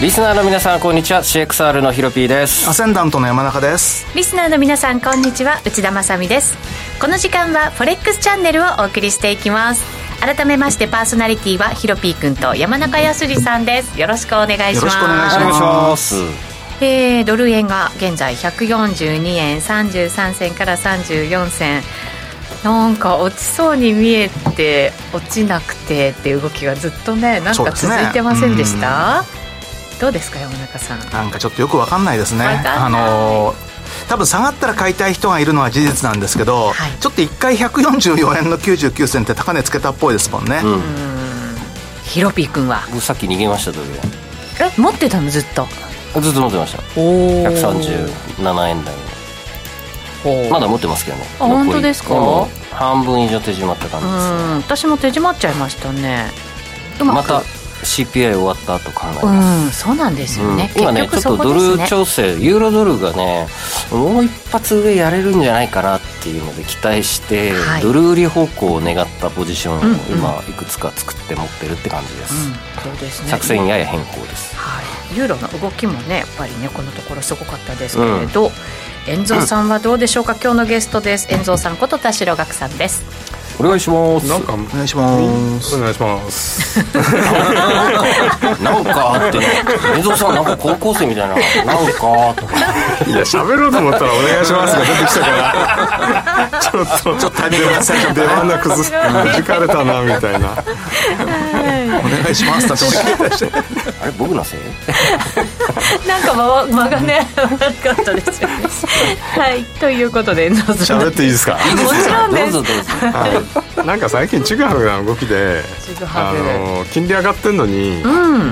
リスナーの皆さんこんにちは CXR のヒロピーですアセンダントの山中ですリスナーの皆さんこんにちは内田まさみですこの時間はフォレックスチャンネルをお送りしていきます改めましてパーソナリティはヒロピーくんと山中康二さんですよろしくお願いしますよろしくお願いしますすえードル円が現在142円33銭から34銭なんか落ちそうに見えて落ちなくてっていう動きがずっとねなんそうかです続ねいてませんでしたどうですか山中さんなんかちょっとよくわかんないですねわかんないあのー多分下がったら買いたい人がいるのは事実なんですけど、はいちょっと1回144円の99銭って高値つけたっぽいですもんね、ヒロピーくんは僕さっき逃げましたドル円え持ってたのずっとずっと持ってましたお137円台おまだ持ってますけどねあ残り本当ですかもう半分以上手締まったう感ん私も手締まっちゃいましたねうじですままくた CPI 終わった後考えうますんそうなんですよね、今ね結ちょ局っとドそこですルね調整ユーロドルがねもう一発上やれるんじゃないかなっていうので期待して、はいドル売り方向を願ったポジションをうんうん今いくつか作って持ってるって感じです、うんそうですね作戦やや変更ですはい、ユーロの動きもねやっぱりねこのところすごかったですけれど、遠蔵さんはどうでしょうか、今日のゲストです遠蔵さんこと田代岳さ んですお願いしますなんかおお願いします願いします。なんかってね水尾さんなんか高校生みたいななんかとか いや喋ろうと思ったらお願いし ますが出てきたから、ちょっとちょっと出 番出番が崩す面白い弾かれたなみたいな。お願いし ますだってあれ僕のせいなんか間間がね 悪かったですよねはいということで遠 蔵さん 喋っていい ですか。もちろんどでうすぞどうぞはいなんか最近ちぐはぐな動きでちぐ、はあぐの金利上がってんのに、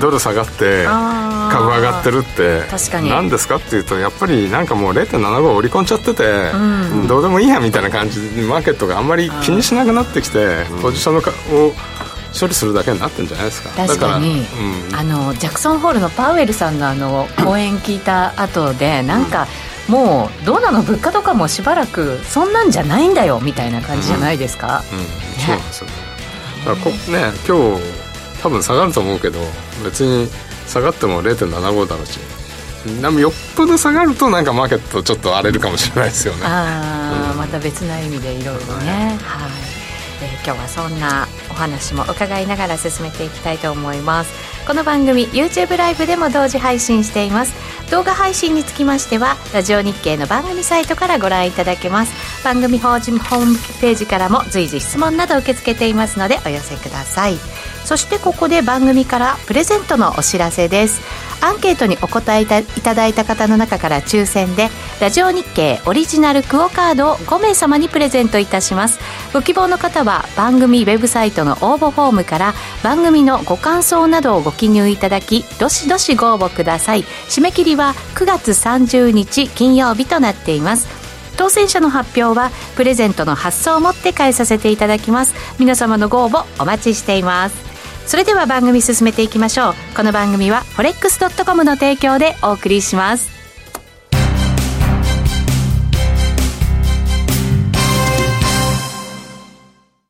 ドル下がって。あー株上がってるって確かに何ですかっていうとやっぱりなんかもう0.75折り込んじゃってて、どうでもいいやみたいな感じでマーケットがあんまり気にしなくなってきてポジションのかを処理するだけになってんじゃないですか確かにだから、うん、あのジャクソンホールのパウエルさんのあの講演聞いた後でなんかもうどうなの物価とかもしばらくそんなんじゃないんだよみたいな感じじゃないですか、うん、そうなんですよ、ね、だからこね今日多分下がると思うけど別に下がっても0.75だろうしなんかよっぽど下がるとなんかマーケットちょっと荒れるかもしれないですよねあーまた別な意味でいろいろね、はいえー今日はそんなお話も伺いながら進めていきたいと思いますこの番組 YouTube ライブでも同時配信しています動画配信につきましてはラジオ日経の番組サイトからご覧いただけます番組ホームホームページからも随時質問など受け付けていますのでお寄せくださいそしてここで番組からプレゼントのお知らせですアンケートにお答えいたいただいた方の中から抽選でラジオ日経オリジナルクオカードを5名様にプレゼントいたしますご希望の方は番組ウェブサイトの応募フォームから番組のご感想などをご記入いただきどしどしご応募ください締め切りは9月30日金曜日となっています当選者の発表はプレゼントの発送をもって返させていただきます皆様のご応募お待ちしていますそれでは番組進めていきましょうこの番組は forex.com の提供でお送りします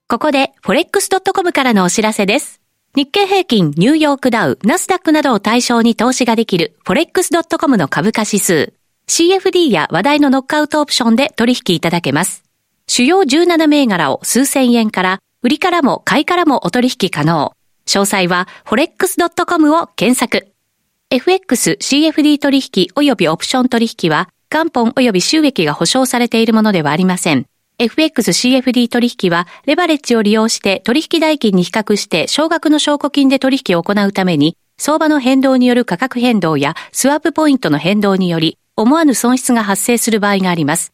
ここで forex.com からのお知らせです。日経平均、ニューヨークダウ、ナスダックなどを対象に投資ができる forex.com の株価指数。CFD や話題のノックアウトオプションで取引いただけます。主要17銘柄を数千円から、売りからも買いからもお取引可能。詳細は forex.com を検索。FX、CFD 取引及びオプション取引は、元本及び収益が保証されているものではありません。FX、CFD 取引は、レバレッジを利用して取引代金に比較して少額の証拠金で取引を行うために、相場の変動による価格変動やスワップポイントの変動により、思わぬ損失が発生する場合があります。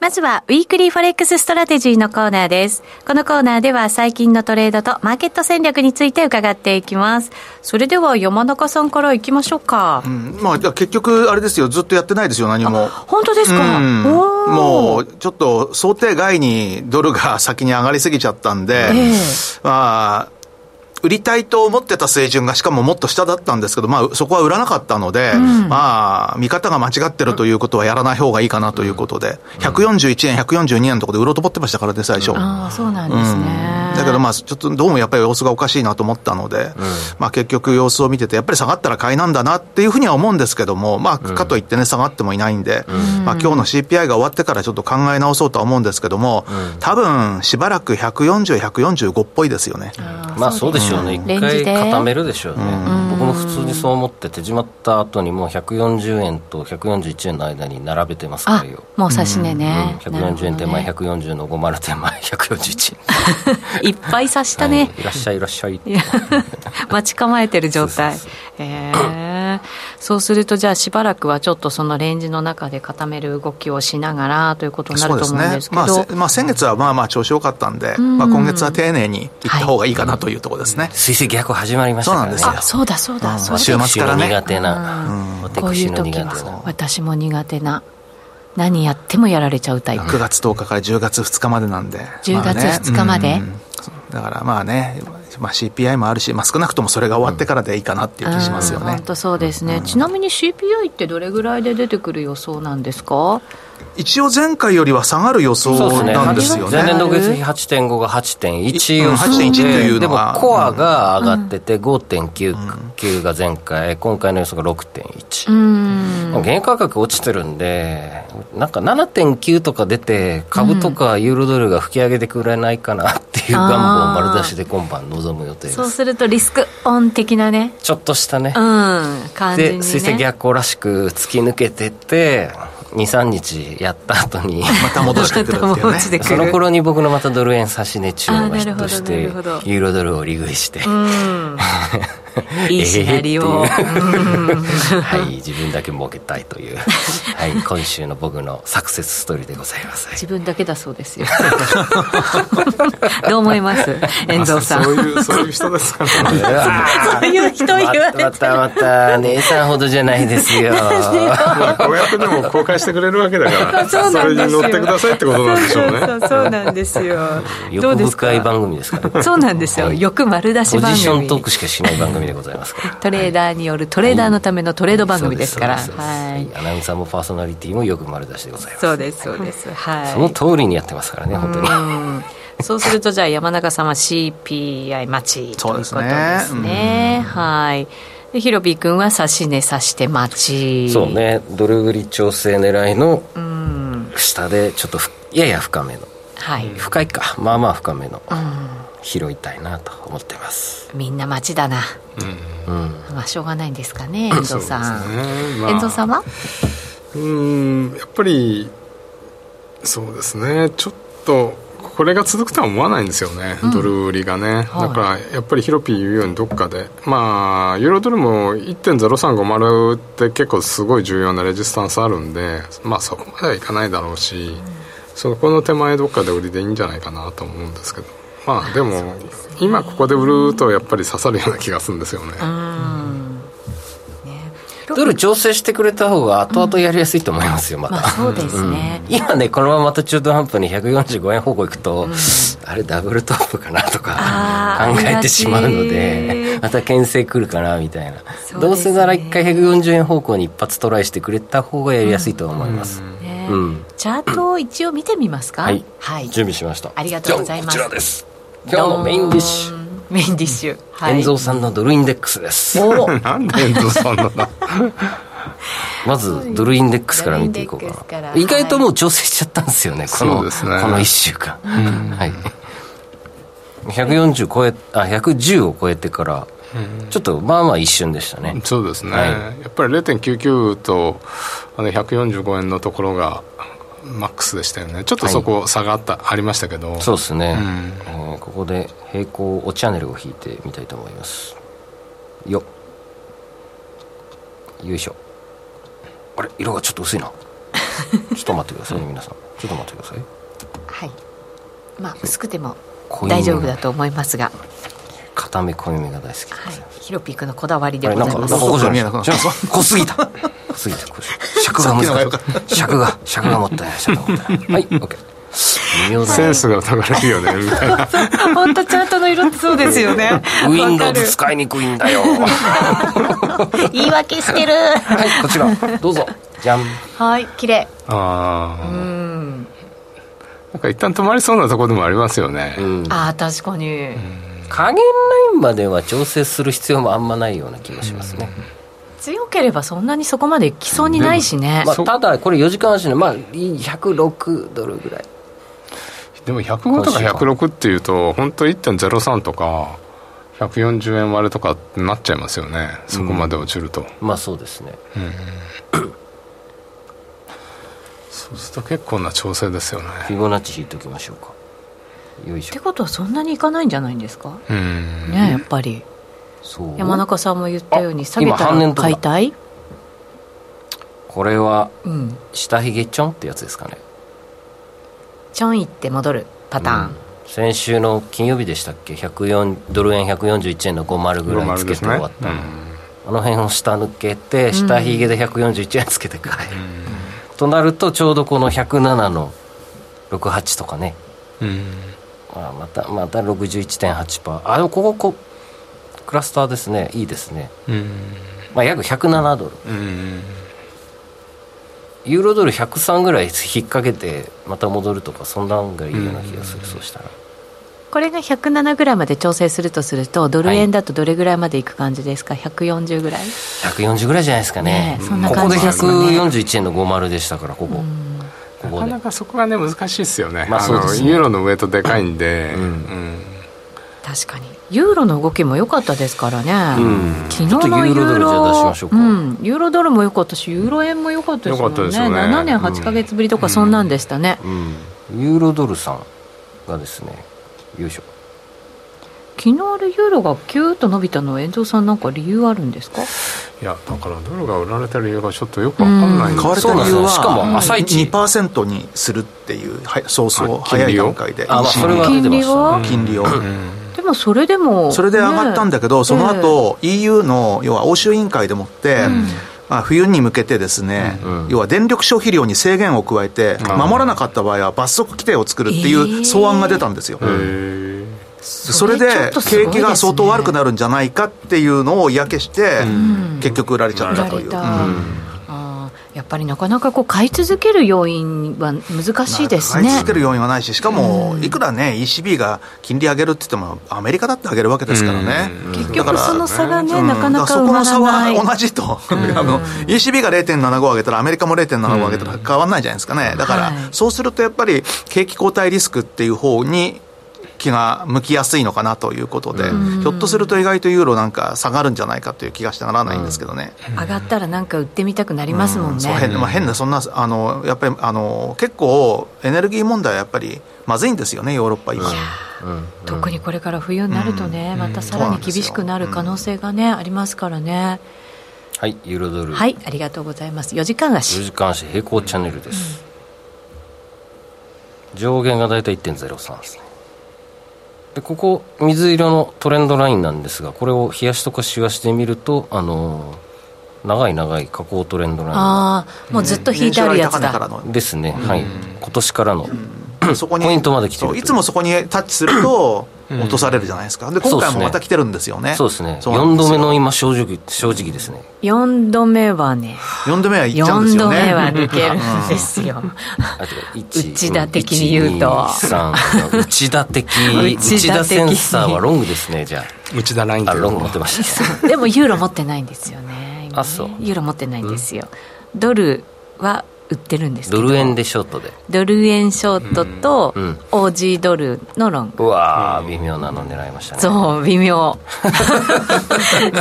まずは、ウィークリーフォレックスストラテジーのコーナーです。このコーナーでは、最近のトレードとマーケット戦略について伺っていきます。それでは、山中さんからいきましょうか。うんまあ、だから結局、あれですよ、ずっとやってないですよ、何も。本当ですか、うんおーもうちょっと想定外にドルが先に上がりすぎちゃったんで、ええまあ、売りたいと思ってた水準がしかももっと下だったんですけど、まあ、そこは売らなかったので、まあ、見方が間違ってるということはやらない方がいいかなということで、141円、142円のところで売ろうと思ってましたからね、最初。ああ、そうなんですね。だけどまあちょっとどうもやっぱり様子がおかしいなと思ったので、まあ結局様子を見てて、やっぱり下がったら買いなんだなっていうふうには思うんですけども、まあかといってね、下がってもいないんで、まあ今日の CPI が終わってからちょっと考え直そうとは思うんですけども、多分しばらく140、145っぽいですよね。まあそうでしょうね、レ一ンジ回で固めるでしょうね、僕も普通にそう思ってて、始まった後にもう140円と141円の間に並べてますあからよ、もう差し値ね。なるほ140ど円手前、ね140の50手前、141円、いっぱい差したね。はいいらっしゃい、いらっしゃい、いや 待ち構えてる状態そうそうえーそうするとじゃあしばらくはちょっとそのレンジの中で固める動きをしながらということになそうるでとす思うんねです。けどまあ、せまあ先月はまあまあ調子良かったんで、まあ今月は丁寧にいった方がいいかなというところですね。水星逆始まりましたからね、そうなんあですよそうだそうだ、うんそうだ週末からね私の苦手な、こうい私うの時苦手はな、私も苦手な何やってもやられちゃうタイプ9月10日から10月2日までなんで。 10月2日までうんだからまあね、まあ、CPI もあるし、まあ、少なくともそれが終わってからでいいかなっていう気しますよね。本当そうですね、ちなみに CPI ってどれぐらいで出てくる予想なんですか一応前回よりは下がる予想なんですよ前ね。年同月比8.5が8.1うん8.1っていでうのもがコアが上がってて5.99が前回、今回の予想が6.1。うん原油価格落ちてるんで、なんか7.9とか出て、株とかユーロドルが吹き上げてくれないかなっていう願望を丸出しで今晩望む予定でそうす。するとリスクオン的なねちょっとしたね。うん感じに、で、ね、水星逆行らしく突き抜けてって、2、3日やった後 に、また戻してくるっていうね。 でその頃に僕のまたドル円差し値中央がヒットしあーなてるほどなるほどユーロドルを利食いして、いいシナリオ、えー っていうはい自分だけ儲けたいという、はい、今週の僕のサクセスストーリーでございます 自分だけだそうですよどう思います遠藤さんそういうそういう人ですか らねそういう人言われてまたまたまた姉さんほどじゃないです よこうやってでも公開してくれるわけだからそうなんれですよに乗ってくださいってことなんでしょうねそうそうそうなんですよどう欲です深いか番組ですからそうなんですよ欲丸出しポ番ジショ組ントークしかしない番組でございますからトレーダーによるトレーダーのためのトレード番組ですからそうですはそういですアナウンサーもパーソナリティもよく丸出しでございますそうですそうですはいその通りにやってますからね本当にうんそうするとじゃあ山中さんは CPI 待ちということですそうでね。すはい。でヒロピー君は差し値差して待ち。そう。ねドル売り調整狙いの下でちょっとふやや深めのはい。深いかまあまあ深めの拾いたいなと思ってますみんな待ちだな。うんまあしょうがないんですかね、遠藤さん。ねまあ遠藤さんはうーんやっぱりそうですねちょっとこれが続くとは思わないんですよね、ドル売りがね、はいだからやっぱりヒロピー言うようにどっかでまあユーロドルも1.0350って結構すごい重要なレジスタンスあるんでまあそこまではいかないだろうし、そこの手前どっかで売りでいいんじゃないかなと思うんですけどまあでも今ここで売るとやっぱり刺さるような気がするんですよね、ドル調整してくれた方が後々やりやすいと思いますよまた、まあそうですね。 今ねこのまままた中途半端に145円方向行くと、あれダブルトップかなとあかー考えてしまうのでありがちまた牽制来るかなみたいな、すねどうせなら一回140円方向に一発トライしてくれた方がやりやすいと思います、ねうんチャートを一応見てみますかはいはい。準備しましたありがとうございますじゃあこちらです今日のメインディッシドューン。メインディッシュ。は遠い。蔵さんのドルインデックスですお なんで遠藤さんなんだまずドルインデックスから見ていこうドルインデかックスからな意外ともう調整しちゃったんですよねこそのうですねこの1週間はい140超えあ110を超えてからちょっとまあまあ一瞬でしたねそうですね、はいやっぱり0.99とあの145円のところがマックスでしたよねちょっとそこ差があった、ありましたけどそうですねえーここで平行おチャンネルを引いてみたいと思いますよっ よいしょあれ色がちょっと薄いなちょっと待ってくださいね皆さんちょっと待ってくださいはいまあ薄くても濃いめ大丈夫だと思いますが、固め濃いめが大好きではす、い、ヒロピークのこだわりであれごなざんいか、なんまかすこうじゃないそうそう見えなくなっ違います濃すぎた。濃すぎ た。こう尺がさっきのが難良かっしい。尺が、尺がもったいない。尺がもったいない。はい、オッケー。微妙だセねン。スが流れ るよねみたいな 本当チャートの色ってそうですよねわかる Windows 使いにくいんだよ。は言い訳し てるい、こちら、どうぞ。じゃん。はい綺麗あうあんなんか一旦止まりそうなとこでもありますよね、うん。あー確かに加減ラインまでは調整する必要もあんまないような気がしますね。強ければそんなにそこまでいきそうにないしねまあ、そうただ、これ4時間足の、まあ、106ドルぐらい。でも105とか106っていうと本当1.03とか140円割れとかってなっちゃいますよねそこまで落ちると、まあ、そうですね。そうすると結構な調整ですよねフィボナッチ引いておきましょうか。よいしってょ。ことはそんなにいかないんじゃないんですかうんねやっぱりそう。山中さんも言ったように下げ今た半年とらか買いたいこれは、うん下髭ちょんってやつですかね。ちょんいって戻るパターン、先週の金曜日でしたっけ104ドル円141円の50ぐらいつけて終わったの、あの辺を下抜けて下ヒゲで141円つけて帰る、となるとちょうどこの107の68とかね、うんうんまあ、またまた61.8%あでもこここクラスターですねいいですね、うんまあ、約107ドルうんユーロドル103ぐらい引っ掛けてまた戻るとかそんなんがいいような気がする、そうしたらこれが107ぐらいまで調整するとするとドル円だとどれぐらいまでいく感じですか140ぐらい140ぐらいじゃないですかねねえそんなここ感でじですよね141円の50でしたからここ、こなこかでなかそこがね難しいですよね,、まあそうですねのユーロのウエイトでかいんで、うんうん確かにユーロの動きも良かったですからね、うん昨日のユーちょっとユーロドルじゃあ出しまロしょうかうんユーロドルも良かったしユーロ円も良かったですもん良かっねたですよね7年8か月ぶりとかそんなんでしたね、うんユーロドルさんがですねよいしょ昨日あれユーロがキューッと伸びたのは円蔵さんなんか理由あるんですかいやだからドルが売られた理由がちょっとよくわかんないん買でわれすたそうよなん理です由よはしかも朝一2%にするっていうはいそうそうあ早金い利を段階であまあそれは出金てまし利たは、ね金利をでもそれでもそれで上がったんだけど、ねその後、EU の要は欧州委員会でもって、まあ、冬に向けてですね、うん要は電力消費量に制限を加えて、うん守らなかった場合は罰則規定を作るってえいうー草案が出たんですよ。へえそれでちょっとすごい景ですね気が相当悪くなるんじゃないかっていうのを嫌気して、ん結局売られちゃったという。売られうたんあーやっぱりなかなかこう買い続ける要因は難しいです買いね続ける要因はないし、しかも、いくらね、ECB が金利上げるって言っても、アメリカだって上げるわけですからね。結だか局らその差がね、うんなかなだからそ埋こまのら差ないは同じと、 あの ECB が0.75上げたら、アメリカも0.75上げたら変わらないじゃないですかね、だから、はいそうするとやっぱり、景気後退リスクっていう方に気が向きやすいのかなということで、ひょっとすると意外とユーロなんか下がるんじゃないかという気がしてならないんですけどね。上がったらなんか売ってみたくなりますもんね、そう変まあ、変な、そんな、あのやっぱりあの結構、エネルギー問題はやっぱりまずいんですよね、ヨーロッパ今。特にこれから冬になるとね、またさらに厳しくなる可能性がね、ありますからね、はいユーロドルはいありがとうございます4時間4足時間足平行チャンネルです、上限が大体1.03ですねでここ水色のトレンドラインなんですがこれを冷やしとかしわしてみるとあのー長い長い下降トレンドラインがああもうずっと引いてあるやつ年初来高値かだらのですね、はい今年からの、そこにポイントまで来てるそういつもそこにタッチすると落とされるじゃないですかで今そうで回すもねまた来てるんですよねそうですねうな4んです度よ目の今正直正直ですね4度目はね4度目は行っちゃうんです4よ度ね目は抜けるんですよ、あてか1内田的に言うと123内田的 内田的内田センサーはロングですねじゃ内田ラインあとあいうロング持ってましたそう でもユーロ持ってないんですよね今ねあそうユーロ持ってないんですよ、ドルは売ってるんですけドどル円でショートでドル円ショートと、うんうんオージードルのロングうわー微妙なの狙いましたねそう微 妙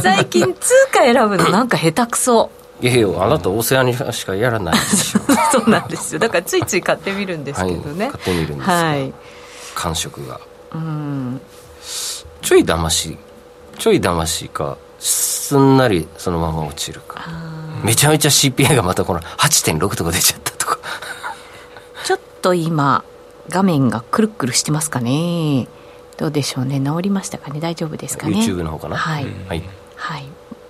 最近通貨選ぶのなんか下手くそ いやいやあなたオセアニアしかやらないでしょそうなんですよだからついつい買ってみるんですけどねはい買ってみるんですがはい感触がうんちょい騙しちょい騙しかすんなりそのまま落ちるかめちゃめちゃ CPI がまたこの8.6とか出ちゃったとかと今画面がくるくるしてますかねどうでしょうね治りましたかね大丈夫ですかね YouTube の方かなはい、はいはい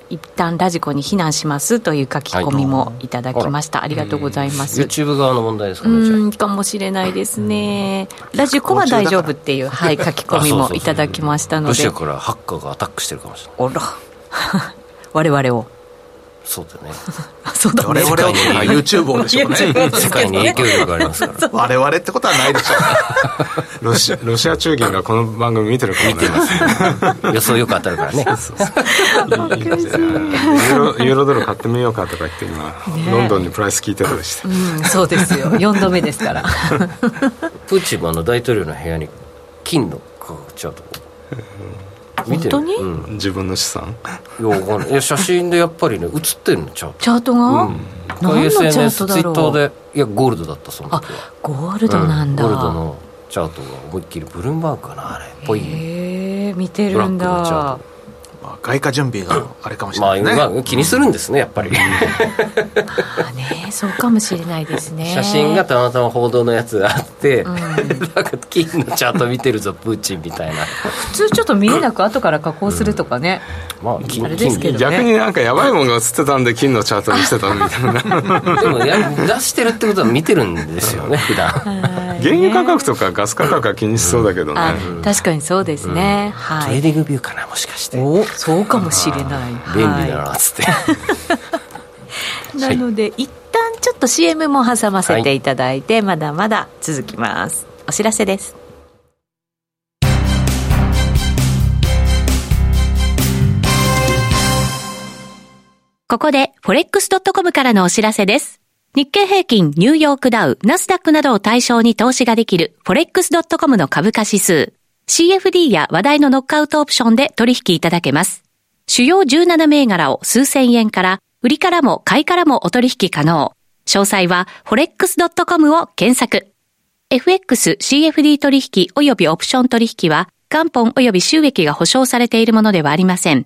一旦ラジコに避難しますという書き込みもいただきました、ありがとうございます、 YouTube 側の問題ですかねじゃあうんかもしれないですね、ラジコは大丈夫っていう、はい、書きあ込みそうそうもそういただきましたのロシでア、からハッカーがアタックしてるかもしれないおら、 我々を、そうだよねあそうだ我ね、々は YouTube をで しょうね。世界に影響力がありますから我々ってことはないでしょロシアロシア中銀がこの番組見てるかもね予想よく当たるからね ユーロユーロドル買ってみようかとか言って今、ねロンドンにプライス聞いてたりして、うん、そうですよ、4度目ですから、プーチンもあの大統領の部屋に金の価格チャート見てる本当にうん自分の資産いやわかんないいや写真でやっぱりね写ってるのチャートチャートが、こう何いのうチャー SNS トツイだッターろう、でいやゴールドだったそのあ時はゴールドなんだ、うゴールドのチャートが思いっきりブルームバーグかなあれっぽいへえ見てるんブラックのチャーだト、う。まあ外貨準備があれかもしれまなあ、いね。まあ気にするんですねやっぱりあね、そうかもしれないですね。写真がたまたま報道のやつがあって、うんなんか金のチャート見てるぞプーチンみたいな普通ちょっと見えなく後から加工するとかね、まあ金あれですけどね逆になんかやばいものが映ってたんで金のチャートにし てたみたいな金でもや出してるってことは見てるんですよね普段はい原油価格とかガス価格は気にしそうだけどね、あ確かにそうですね、はトレーいディングビューかなもしかして便おそうかもしれない、利はいだなっつって、なので一旦ちょっと CM も挟ませていただいて、まだまだ続きますお知らせですここで forex.com からのお知らせです。日経平均、ニューヨークダウ、ナスダックなどを対象に投資ができる forex.com の株価指数。CFD や話題のノックアウトオプションで取引いただけます。主要17銘柄を数千円から、売りからも買いからもお取引可能。詳細は forex.com を検索。FX、CFD 取引及びオプション取引は、元本及び収益が保証されているものではありません。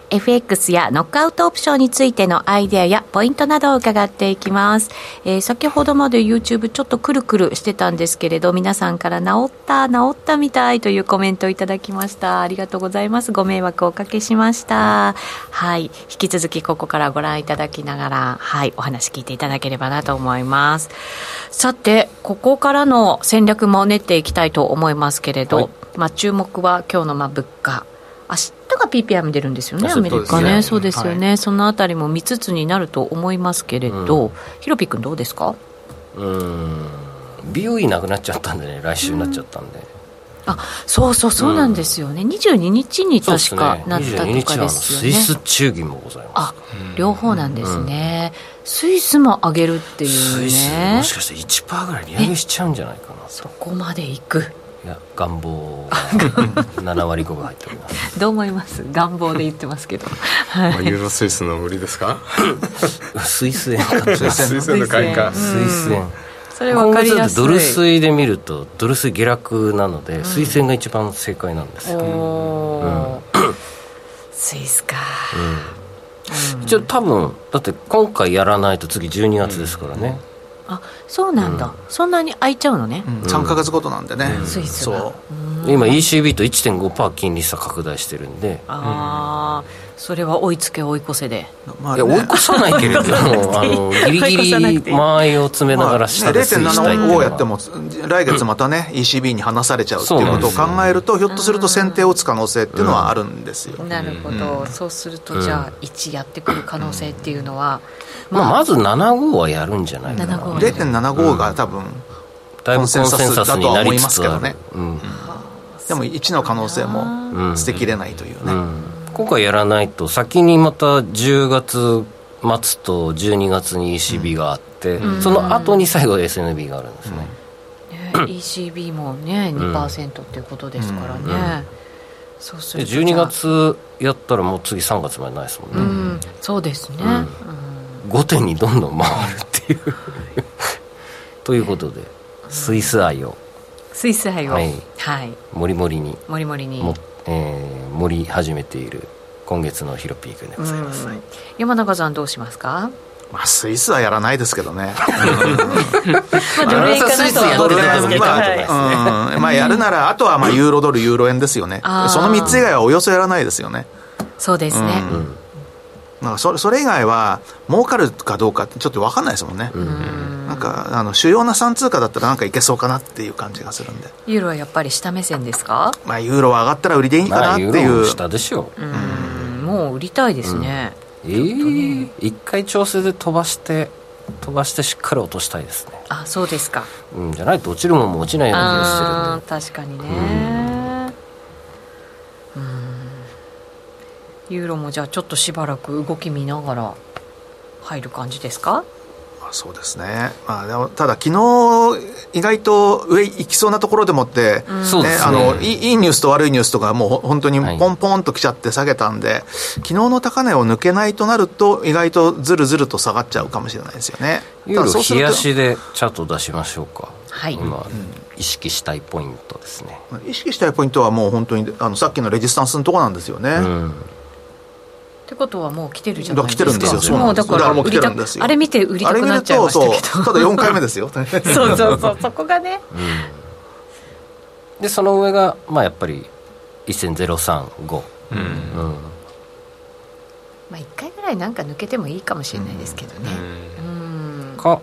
FX やノックアウトオプションについてのアイデアやポイントなどを伺っていきます、えー先ほどまで YouTube ちょっとくるくるしてたんですけれど皆さんから治った治ったみたいというコメントをいただきましたありがとうございますご迷惑をおかけしましたはい引き続きここからご覧いただきながらはいお話聞いていただければなと思いますさてここからの戦略も練っていきたいと思いますけれど、はいまあ、注目は今日のまあ物価明日が PPM 出るんですよね、あアそうメリカね、そそううでですすよねね、そのあたりも見つつになると思いますけれど、ヒロピ君、どうですかうん美容院なくなっちゃったんでね来週になっちゃったんで、あそうそう、そうなんですよね、22日にそうで確すかねなった22日とかはあでのスすよイね。ス中銀もございますあ両方なんですね、スイスも上げるっていうスイスねもし、かして1%ぐらい利上げしちゃうんじゃないかなとそこまでいく、いや願望が7割5分入っております どう思います、願望で言ってますけど、まあユーロスイスの売りですかスイス円かとスイスイスの買いかス円 それ分今かり月やだすとい。ドル水で見るとドル水下落なので、水線が一番正解なんですよ、おースイスか、一応多分だって今回やらないと次12月ですからね、あそうなんだ、そんなに空いちゃうのね、うん3ヶ月ごとなんでね。スイスはそう。今 ECB と1.5%金利差拡大してるんでああそれは追いつけ追い越せでまあいねや追い越さないけれど もあのギリギ追い越さなくてリいい間合いを詰めながら下で推移したいっていう0.75のをはやっても来月またね ECB に離されちゃうっていうことを考えるとひょっとすると先手を打つ可能性っていうのはあるんですよ、なるほど、そうするとじゃあ1やってくる可能性っていうのは、まあ、まず7号はやるんじゃないかな7号0.75が多分だいぶコンセンサスになりつつあるコンセンサスだとは思いますうんでも1の可能性も捨てきれないというね、今回やらないと先にまた10月末と12月に ECB があって、その後に最後 SNB があるんですね、ね ECB もね2%っていうことですからね、そうすでると12月やったらもう次3月までないですもんね、うんそうですね、うん後手にどんどん回るっていう ということでスイス愛をスイス杯をははいい、もりもりにもりもりにも、えー盛り始めている今月のヒロピー君でございます、うん山中さんどうしますかまあ、スイスはやらないですけどね、まあドル円かなとはドル円思はってますけどまはいあうんまあ、やるなら、あとはまあユーロドル、ユーロ円ですよねあー、その3つ以外はおよそやらないですよね、そうですね、うんなんかそれそれ以外は、儲かるかどうかってちょっと分かんないですもんね、なんかあの主要な3通貨だったら、なんかいけそうかなっていう感じがするんで、ユーロはやっぱり下目線ですかまあ、ユーロは上がったら売りでいいかまなっあてユーいロもう、下でしょうんもう売りたいですね、えー一回調整で飛ばして飛ばしてしっかり落としたいですね、あそうですかうん、じゃないと落ちるもんも落ちないような気がしてるんであー確かにねうんユーロもじゃあちょっとしばらく動き見ながら入る感じですかまあそうですね、まあ、でもただ、昨日意外と上行きそうなところでもって、そうですねあのいいいいニュースと悪いニュースとかもうほ本当にポンポンと来ちゃって下げたんで、昨日の高値を抜けないとなると意外とずるずると下がっちゃうかもしれないですよね。ユーただそうすロる冷とやしでチャート出しましょうか、はい今意識したいポイントですね、意識したいポイントはもう本当にあのさっきのレジスタンスのところなんですよね、うん、ってことはもう来てるじゃないですか来てるんですよそうもなうんでだすからもう売来りてたるんですよあれ見て売りたくなっちゃいましたけあれ見るとそうどただ4回目ですよそうそうそう そこがねでその上がまあやっぱり1035、うんうんまあ1回ぐらいなんか抜けてもいいかもしれないですけどねうんか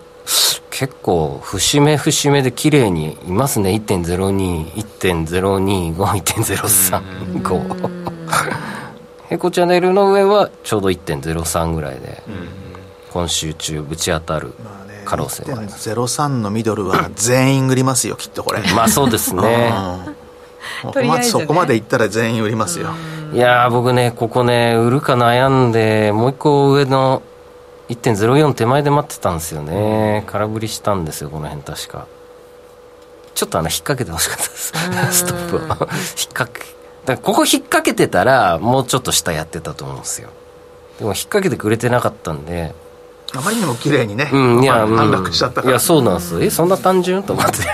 結構節目節目で綺麗にいますね1.021.025.035へこチャンネルの上はちょうど1.03ぐらいで、今週中ぶち当たる可能性もあります0.03のミドルは全員売りますよきっとこれ、まあそうです ねうんとりあえずそねこまでいったら全員売りますよ、いやー僕ねここね売るか悩んでもう一個上の1.04手前で待ってたんですよね空振りしたんですよこの辺確かちょっとあの引っ掛けてほしかったですストップを引っ掛けだからここ引っ掛けてたらもうちょっと下やってたと思うんですよでも引っ掛けてくれてなかったんであまりにも綺麗にね、うんいや、うん反落しちゃったかいらやそうなんですよえそんな単純と思っていや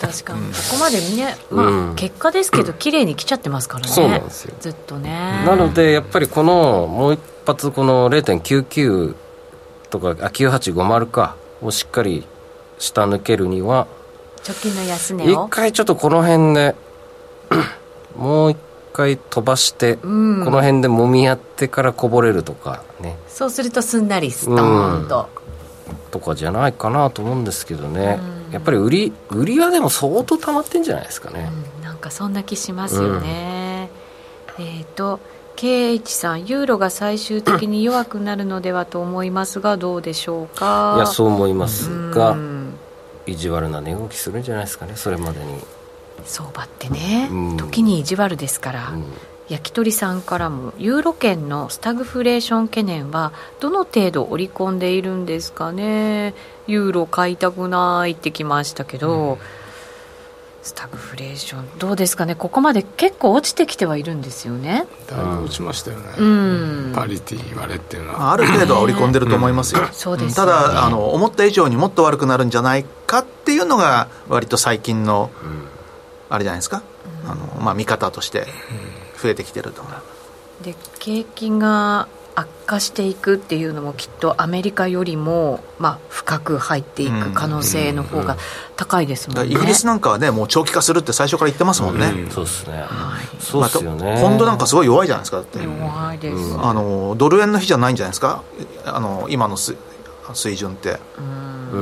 確かにここまでね、まうあ、ん結果ですけど綺麗に来ちゃってますからねそうなんですよずっとねなのでやっぱりこのもう一発この0.99とかあ9850かをしっかり下抜けるには直近の安値一を回ちょっとこの辺で もう一回飛ばして、んこの辺で揉み合ってからこぼれるとかねそうするとすんなりストーンと、とかじゃないかなと思うんですけどね、やっぱり売り売りはでも相当溜まってんじゃないですかね、うんなんかそんな気しますよね、えっ、と KH さんユーロが最終的に弱くなるのではと思いますがどうでしょうかいやそう思いますが、うん意地悪な値動きするんじゃないですかねそれまでに、相場ってね、うん時に意地悪ですから、うん焼き鳥さんからもユーロ圏のスタグフレーション懸念はどの程度織り込んでいるんですかねユーロ買いたくないってきましたけど、スタグフレーションどうですかねここまで結構落ちてきてはいるんですよねだいぶ落ちましたよね、うんパリティ割れっていうのまあはある程度は織り込んでると思いますよ、そうですたよねだあの、思った以上にもっと悪くなるんじゃないかっていうのが、割と最近の、あれじゃないですか、あのまあ、見方として増えてきてると、で景気が悪化していくっていうのもきっとアメリカよりも、まあ、深く入っていく可能性の方が高いですもだからんね。イギリスなんかはね、もう長期化するって最初から言ってますもんね、うんそうですね、そうまであとすよね、ポンドなんかすごい弱いじゃないですか、だって、弱いです、あのドル円の日じゃないんじゃないですか、あの今の水水準って。う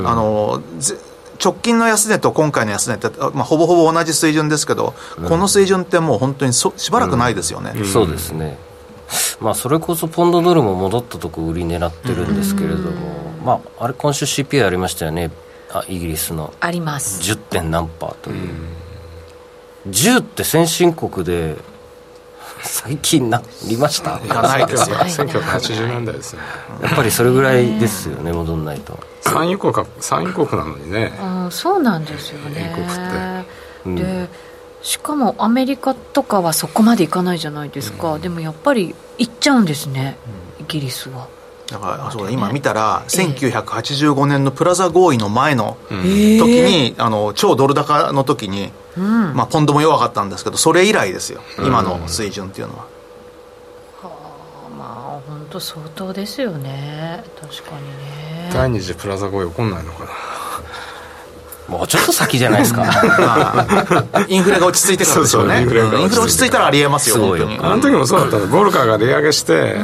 んあのぜ直近の安値と今回の安値って、あまあ、ほぼほぼ同じ水準ですけど、この水準ってもう本当にそしばらくないですよね、そうですね、まあ、それこそポンドドルも戻ったとこ売り狙ってるんですけれども、まあ、あれ今週 CPI ありましたよねあイギリスのあります10点何パーという、10って先進国で最近なりましたいやないですよ1980年代ですねやっぱりそれぐらいですよね、戻んないと産油国か産油国なのにねうんそうなんですよね国ってでしかもアメリカとかはそこまでいかないじゃないですか、でもやっぱり行っちゃうんですね、イギリスはだからあそうだ今見たら1985年のプラザ合意の前の時時に、あの超ドル高の時に、うんまあ、ポンドも弱かったんですけどそれ以来ですよ今の水準っていうのは、まあ本当相当ですよね確かにね第二次プラザ合意起こんないのかもうちょっと先じゃないですかまあインフレが落ち着いてからですよねそうそうインフレがうんイン落ち着いてからフレ落ち着いたらありえますよそう本当よになあの時もそうだったのボルカーが利上げして、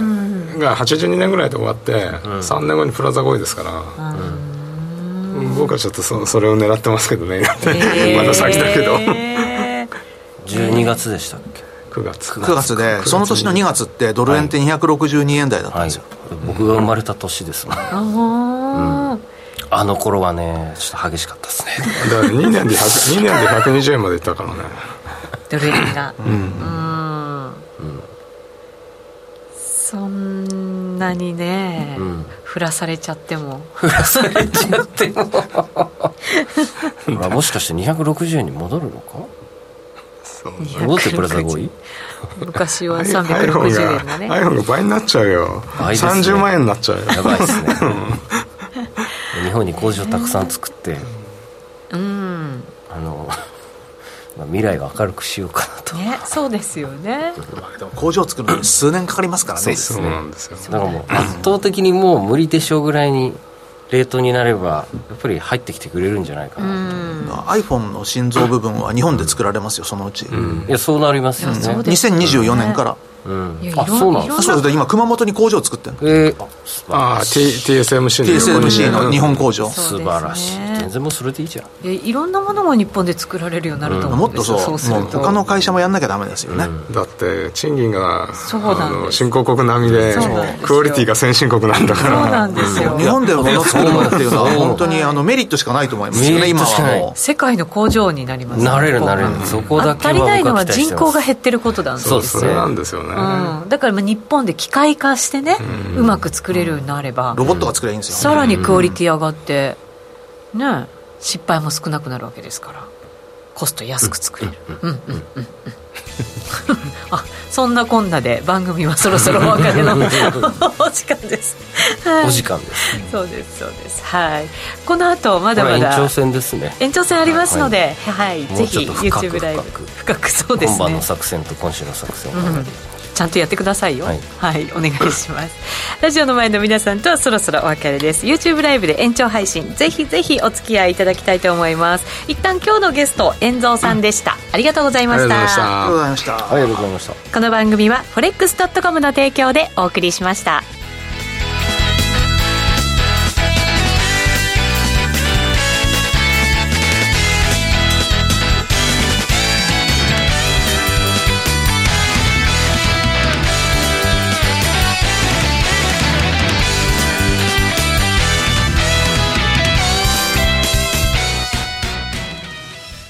が82年ぐらいで終わって、3年後にプラザ合意ですから、僕はちょっとそそれを狙ってますけどね まだ先だけ ど、 12月でしたっけ9月9月でその年の2月ってドル円って262円台だったんはでいすよ、僕が生まれた年ですもんああ、あの頃はねちょっと激しかったですねだから2年で100 2年で120円までいったからねドル円がうん、そんなにね、振らされちゃってもそれちゃっても ほらもしかして260円に戻るのかそう戻ってプラザ合意昔は iPhone 360が円がね iPhone が倍になっちゃうよ倍ですね30万円になっちゃうよやばい ですね日本に工場たくさん作ってうんあの、まあ、未来を明るくしようかなとねそうですよねでも工場作るのに数年かかりますからねそうなんですよだからもう圧倒的にもう無理でしょうぐらいに冷凍になればやっぱり入ってきてくれるんじゃないかうな、ん iPhone の心臓部分は日本で作られますよそのうち、いやそうなりますよいやそうねですよね2024年から、うんいやいろあそうなんでいろすそうですね今熊本に工場作ってるのえー、あ素晴あらあし T- い TSMC の横に TSMC の日本工場そう素晴らしいそうですね全然もうそれでいいじゃんいやいろんなものも日本で作られるようになると思もうっんでとすそようそうするもうと他の会社もやんなきゃダメですよね、だって賃金がそうなんですあの新興国並みでそうなんですよクオリティが先進国なんだそうからなんですよ日本でもの作るのっていうのはそう本当にあのメリットしかないと思いますよメねリッ今トしかはないもう世界の工場になりますねなれるここなれるそこだけは足りない僕のはは期待して人ます口が減ってることなんですそうよですそれなんですよね、うん、だからまあ日本で機械化してね、うまく作れるようになればロボットが作ればいいんですよ、さらにクオリティ上がって、ね失敗も少なくなるわけですからコスト安く作れるうんうんうんうん あそんなこんなで番組はそろそろお別れのお時間です、はいお時間ですそうですそうですはいこの後こまれだはま延だ長戦ですね延長戦ありますので、はい、もぜうちひょっと深く YouTube ライブ深深くくそうですね今晩の作戦と今週の作戦をうんちゃんとやってくださいよははいい、お願いします ラジオの前の皆さんとはそろそろお別れです YouTube ライブで延長配信ぜひぜひお付き合いいただきたいと思います一旦今日のゲスト遠蔵さんでしたありがとうございあまりがとしうございましたあたりがとうございましたはいありがとうございましたこの番組は forex.com の提供でお送りしました